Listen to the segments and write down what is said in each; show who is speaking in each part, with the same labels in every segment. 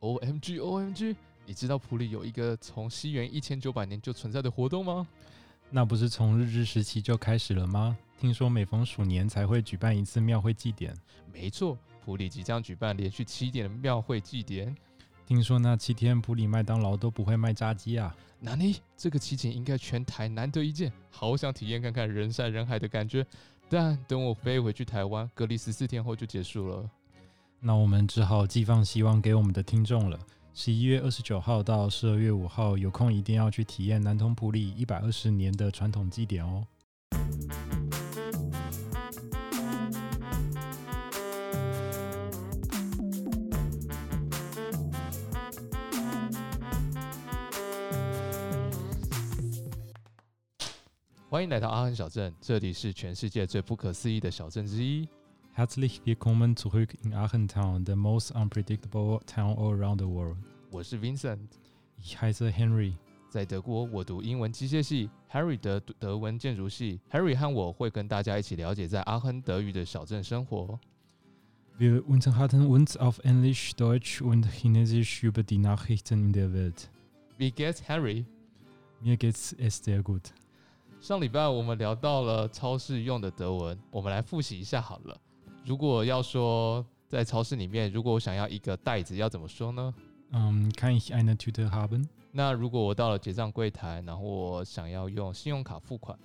Speaker 1: O M G O M G！你知道普里有一个从西元一千九百年就存在的活动吗？
Speaker 2: 那不是从日治时期就开始了吗？听说每逢鼠年才会举办一次庙会祭典，
Speaker 1: 没错，普里即将举办连续七天的庙会祭典。
Speaker 2: 听说那七天普里麦当劳都不会卖炸鸡啊！
Speaker 1: 哪里？这个奇景应该全台难得一见，好想体验看看人山人海的感觉。但等我飞回去台湾，隔离十四天后就结束了。
Speaker 2: 那我们只好寄放希望给我们的听众了。十一月二十九号到十二月五号，有空一定要去体验南通普里一百二十年的传统祭典哦。
Speaker 1: 欢迎来到阿汉小镇，这里是全世界最不可思议的小镇之一。
Speaker 2: Herzlich willkommen zurück in Aachen Town, the most unpredictable town all around the world.
Speaker 1: 我是 Vincent，
Speaker 2: Ich heiße Henry。
Speaker 1: 在德国我读英文机械系，Harry 德德文建筑系。Harry 和我会跟大家一起了解在阿亨德语的小镇生活。
Speaker 2: Wir unterhalten uns auf Englisch, Deutsch und Chinesisch über die Nachrichten in der Welt.
Speaker 1: We get Harry。
Speaker 2: Mir geht's es sehr gut.
Speaker 1: 上礼拜我们聊到了超市用的德文，我们来复习一下好了。如果要说在超市里面，如果我想要一个袋子，要怎么说呢？
Speaker 2: Ähm, kann ich eine Tüte haben?
Speaker 1: 那如果我到了结账柜台，然后我想要用信用卡付款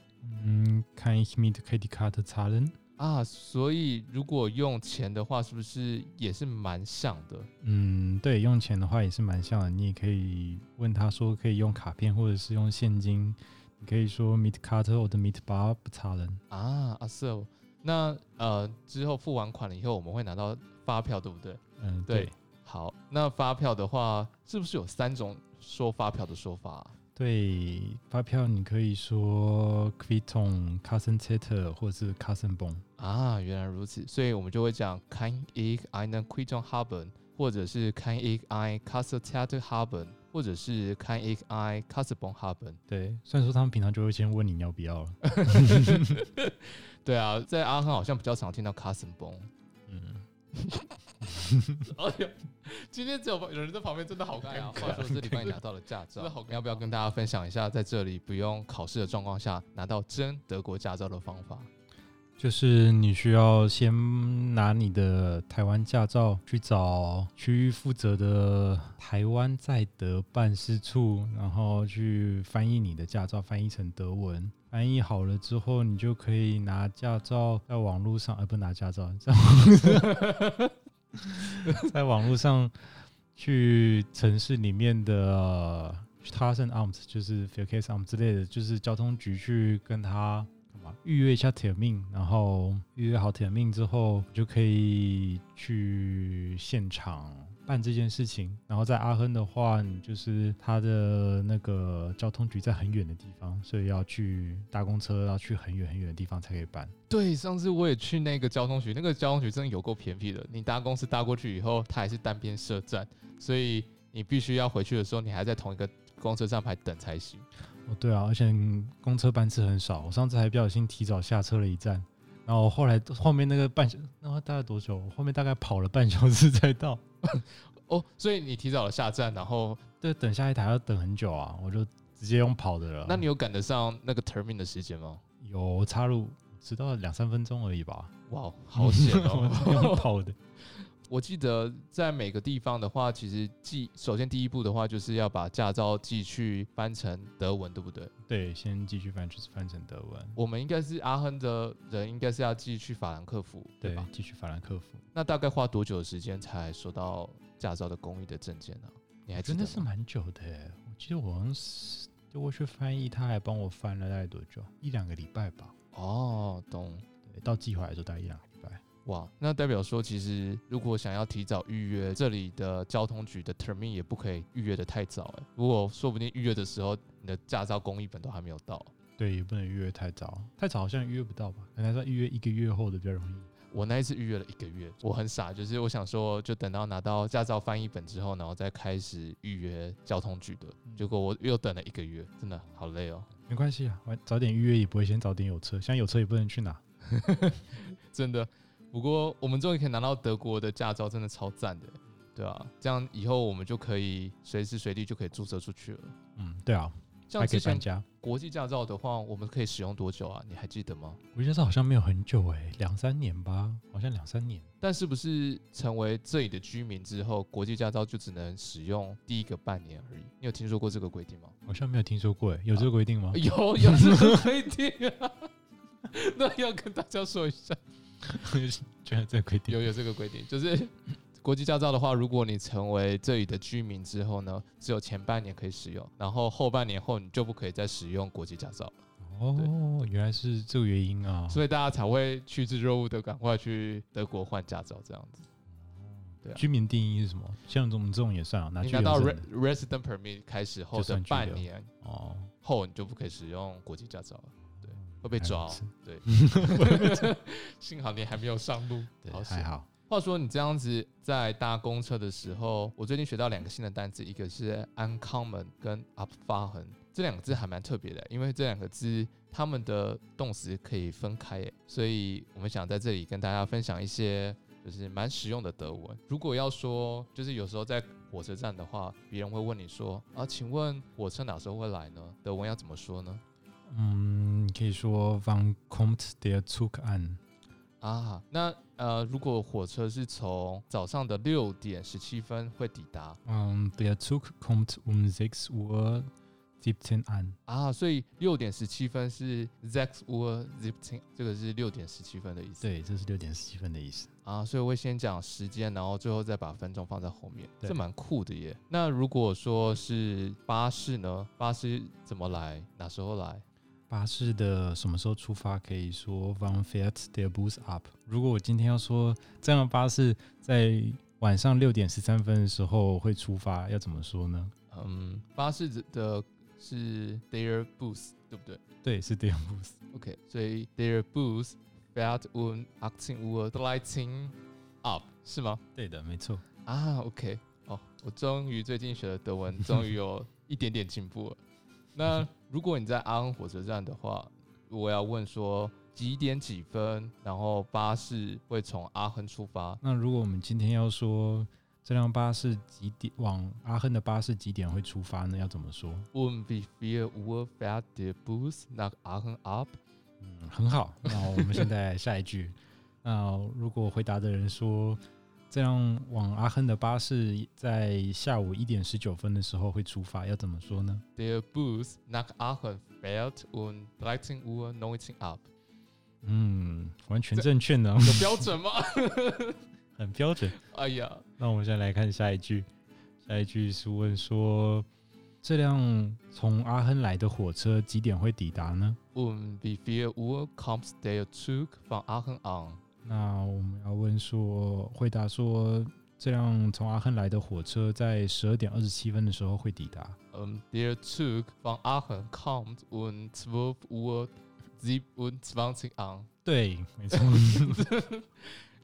Speaker 2: Ähm, kann ich mit Kreditkarte zahlen?
Speaker 1: 啊，所以如果用钱的话，是不是也是蛮像的？
Speaker 2: 嗯，对，用钱的话也是蛮像的。你也可以问他说，可以用卡片或者是用现金。你可以说 “mit Karte” 或者 “mit Bar” 不差人。
Speaker 1: 啊，阿 Sir，那呃之后付完款了以后，我们会拿到发票，对不对？
Speaker 2: 嗯，
Speaker 1: 对
Speaker 2: 对
Speaker 1: 好，那发票的话，是不是有三种说发票的说法啊、
Speaker 2: 对，发票你可以说 “Quittung”、“Kassenzettel” 或是 “Kassenbon”。
Speaker 1: 啊，原来如此，所以我们就会讲 “kann ich einen Quittung haben”，或者是 “kann ich ein Kassenzettel haben”，或者是 “kann ich ein Kassenbon haben”。
Speaker 2: 对，虽然说他们平常就会先问你要不要了。
Speaker 1: 对啊，在阿亨好像比较常听到 “Kassenbon”。
Speaker 2: 嗯，
Speaker 1: 哎呦，今天只有有人在旁边，真的好尴尬。啊话说这里帮你拿到了驾照，你要不要跟大家分享一下，在这里不用考试的状况下拿到真德国驾照的方法？
Speaker 2: 就是你需要先拿你的台湾驾照去找区域负责的台湾在德办事处，然后去翻译你的驾照，翻译成德文。翻译好了之后，你就可以拿驾照在网络上，而、呃不拿驾照，在网 在网络上去城市里面的呃 Straßenamt，就是 f i r k e s a m t 之类的，就是交通局去跟他干嘛预约一下铁命，然后预约好铁命之后，你就可以去现场办这件事情。然后在阿亨的话，你就是他的那个交通局在很远的地方，所以要去搭公车，要去很远很远的地方才可以办。
Speaker 1: 对，上次我也去那个交通局，那个交通局真的有够偏僻的。你搭公司搭过去以后，它还是单边设站，所以你必须要回去的时候，你还在同一个公车站牌等才行。
Speaker 2: 哦，对啊，而且公车班次很少，我上次还不小心提早下车了一站，然后我后来后面那个半小，那大概多久？我后面大概跑了半小时才到。
Speaker 1: 哦，所以你提早了下站，然后
Speaker 2: 对，等下一台要等很久啊，我就直接用跑的了。
Speaker 1: 那你有赶得上那个 termin 的时间吗？
Speaker 2: 有插入，迟到两三分钟而已吧。
Speaker 1: 哇，好险 哦！
Speaker 2: 我用跑的。
Speaker 1: 我记得在每个地方的话，其实寄首先第一步的话，就是要把驾照寄去翻成德文，对不对？
Speaker 2: 对，先继续翻，就是翻成德文。
Speaker 1: 我们应该是阿亨的人，应该是要寄去法兰克福，对
Speaker 2: 对
Speaker 1: 吧？，
Speaker 2: 继续法兰克福。
Speaker 1: 那大概花多久的时间才收到驾照的公益的证件呢、你还记
Speaker 2: 真
Speaker 1: 得
Speaker 2: 的
Speaker 1: 吗
Speaker 2: 是蛮久的耶，我记得我好像是就过去翻译，他还帮我翻了大概多久？一两个礼拜吧。
Speaker 1: 哦，懂
Speaker 2: 对，到寄回来的时候大概一两个礼拜。
Speaker 1: 哇。那代表说，其实如果想要提早预约这里的交通局的 termin，也不可以预约的太早哎、如果说不定预约的时候，你的驾照公益本都还没有到。
Speaker 2: 对，也不能预约太早，太早好像预约不到吧？可能还是要预约一个月后的比较容易。
Speaker 1: 我那一次预约了一个月，我很傻，就是我想说，就等到拿到驾照翻译本之后，然后再开始预约交通局的。
Speaker 2: 嗯
Speaker 1: 结果我又等了一个月，真的好累哦，
Speaker 2: 没关系啊，晚早点预约也不会先早点有车，现在有车也不能去拿。嗯
Speaker 1: 真的。不过我们终于可以拿到德国的驾照，真的超赞的。对啊，这样以后我们就可以随时随地就可以注册出去了。
Speaker 2: 嗯，对啊，
Speaker 1: 像
Speaker 2: 还可
Speaker 1: 之
Speaker 2: 以搬
Speaker 1: 前
Speaker 2: 家。
Speaker 1: 国际驾照的话，我们可以使用多久啊？你还记得吗？
Speaker 2: 我觉得这好像没有很久哎、两三年吧，好像两三年。
Speaker 1: 但是不是成为这里的居民之后，国际驾照就只能使用第一个半年而已？你有听说过这个规定吗？
Speaker 2: 好像没有听说过、欸，有这个规定吗？
Speaker 1: 有有这个规定啊， 那要跟大家说一下，
Speaker 2: 居然有这个规定，
Speaker 1: 哎 有有这个规定，就是国际驾照的话，如果你成为这里的居民之后呢，只有前半年可以使用，然后后半年后你就不可以再使用国际驾照，
Speaker 2: 哦，原来是这个原因啊。
Speaker 1: 所以大家才会趋之若鹜的赶快去德国换驾照这样子。对啊
Speaker 2: 居民定义是什么？像我们这种也算啊，拿
Speaker 1: 你
Speaker 2: 去
Speaker 1: 拿到
Speaker 2: 人
Speaker 1: re resident permit 开始后
Speaker 2: 就
Speaker 1: 的
Speaker 2: 算居
Speaker 1: 半
Speaker 2: 留
Speaker 1: 年
Speaker 2: 哦，
Speaker 1: 后，你就不可以使用国际驾照了，对，会被抓、哦。对， 幸好你还没有上路，
Speaker 2: 对，哎
Speaker 1: 好险
Speaker 2: 还好。
Speaker 1: 话说，你这样子在搭公车的时候，我最近学到两个新的单词，一个是 uncommon 跟 up 发横，这两个字还蛮特别的，因为这两个字它们的动词可以分开耶，所以我们想在这里跟大家分享一些就是蛮实用的德文。如果要说，就是有时候在火车站的话，别人会问你说啊，请问火车哪时候会来呢？德文要怎么说呢？
Speaker 2: 嗯，你可以说 “Van kommt der Zug an”。
Speaker 1: 啊，那呃，如果火车是从早上的六点十七分会抵达，
Speaker 2: 嗯，der Zug kommt um sechs Uhr siebzehn an。
Speaker 1: 啊，所以六点十七分是 Zex or Zipting，这个是六点十七分的意思
Speaker 2: 对，这是六点十七分的意思。
Speaker 1: 啊，所以我会先讲时间，然后最后再把分钟放在后面，
Speaker 2: 对
Speaker 1: 这蛮酷的耶。那如果说是巴士呢？巴士怎么来？哪时候来？
Speaker 2: 巴士的什么时候出发？可以说 “Van fährt der Bus ab”。如果我今天要说这辆巴士在晚上六点十三分的时候会出发，要怎么说呢？
Speaker 1: 嗯，巴士的的是 their bus，对不对
Speaker 2: 对，是 der Bus。
Speaker 1: ？OK，所以 their bus fährt um 18 Uhr 13 up 是吗？
Speaker 2: 对的，没错。
Speaker 1: 啊，OK，哦，我终于最近学的德文，终于有一点点进步了。那如果你在阿亨火车站的话，我要问说几点几分，然后巴士会从阿亨出发？
Speaker 2: 那如果我们今天要说这辆巴士几点往阿亨的巴士几点会出发呢？要怎么说？
Speaker 1: Um wie viel Uhr fährt der Bus nach Aachen ab？
Speaker 2: 嗯，很好。那我们现在下一句。那如果回答的人说这辆往阿亨的巴士在下午一点十九分的时候会出发，要怎么说呢？
Speaker 1: Der Bus nach Aachen fährt um 13 Uhr 19 ab。
Speaker 2: 嗯，完全正确呢，
Speaker 1: 有标准吗？
Speaker 2: 很标准。
Speaker 1: 哎呀，
Speaker 2: 那我们先来看下一句，下一句是问说这辆从阿亨来的火车几点会抵达呢？
Speaker 1: Um wie viel Uhr kommt der Zug von Aachen an？
Speaker 2: 那我们要问说，回答说，这辆从阿亨来的火车在十二点二十七分的时候会抵达。
Speaker 1: Um, der Zug von Aachen kommt um 12 Uhr 27 an。
Speaker 2: 对，没错，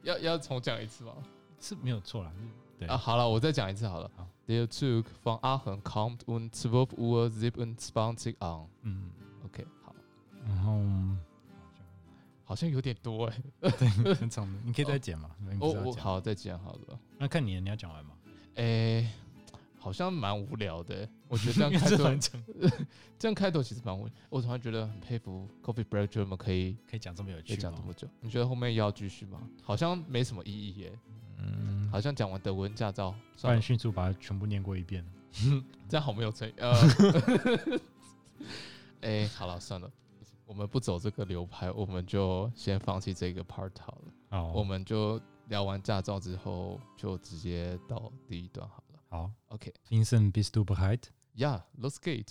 Speaker 1: 要要重讲一次吗？
Speaker 2: 是没有错啦。对
Speaker 1: 啊，好了，我再讲一次好了。
Speaker 2: 好
Speaker 1: Der Zug von Aachen kommt um 12 Uhr 27 an。
Speaker 2: 嗯，
Speaker 1: OK，好，
Speaker 2: 然后
Speaker 1: 好像有点多哎、
Speaker 2: 对，很长的，你可以再剪嘛？你不
Speaker 1: 哦，
Speaker 2: 是要
Speaker 1: 我
Speaker 2: 讲，
Speaker 1: 好再讲好了。
Speaker 2: 那看你的，你要讲完吗？
Speaker 1: 哎、好像蛮无聊的欸、我觉得这样
Speaker 2: 因为
Speaker 1: 开
Speaker 2: 这
Speaker 1: 头
Speaker 2: 蛮，长，
Speaker 1: 这样开头其实蛮无聊。我突然觉得很佩服 Coffee Break 他们可以
Speaker 2: 可以讲这么有
Speaker 1: 可以
Speaker 2: 趣
Speaker 1: 讲这
Speaker 2: 吗？
Speaker 1: 么久。你觉得后面要继续吗？好像没什么意义耶、
Speaker 2: 嗯，
Speaker 1: 好像讲完德文驾照，
Speaker 2: 不
Speaker 1: 算
Speaker 2: 然
Speaker 1: 了，
Speaker 2: 迅速把它全部念过一遍。
Speaker 1: 这样好没有诚意。呃， 哎、好了，算了，我们不走这个流派，我们就先放弃这个 part 好了。我
Speaker 2: 好，
Speaker 1: 们就聊完驾照之后，就直接到第一段好了。
Speaker 2: 好
Speaker 1: OK，
Speaker 2: ，Vincent, bist du bereit?
Speaker 1: yeah，let's get。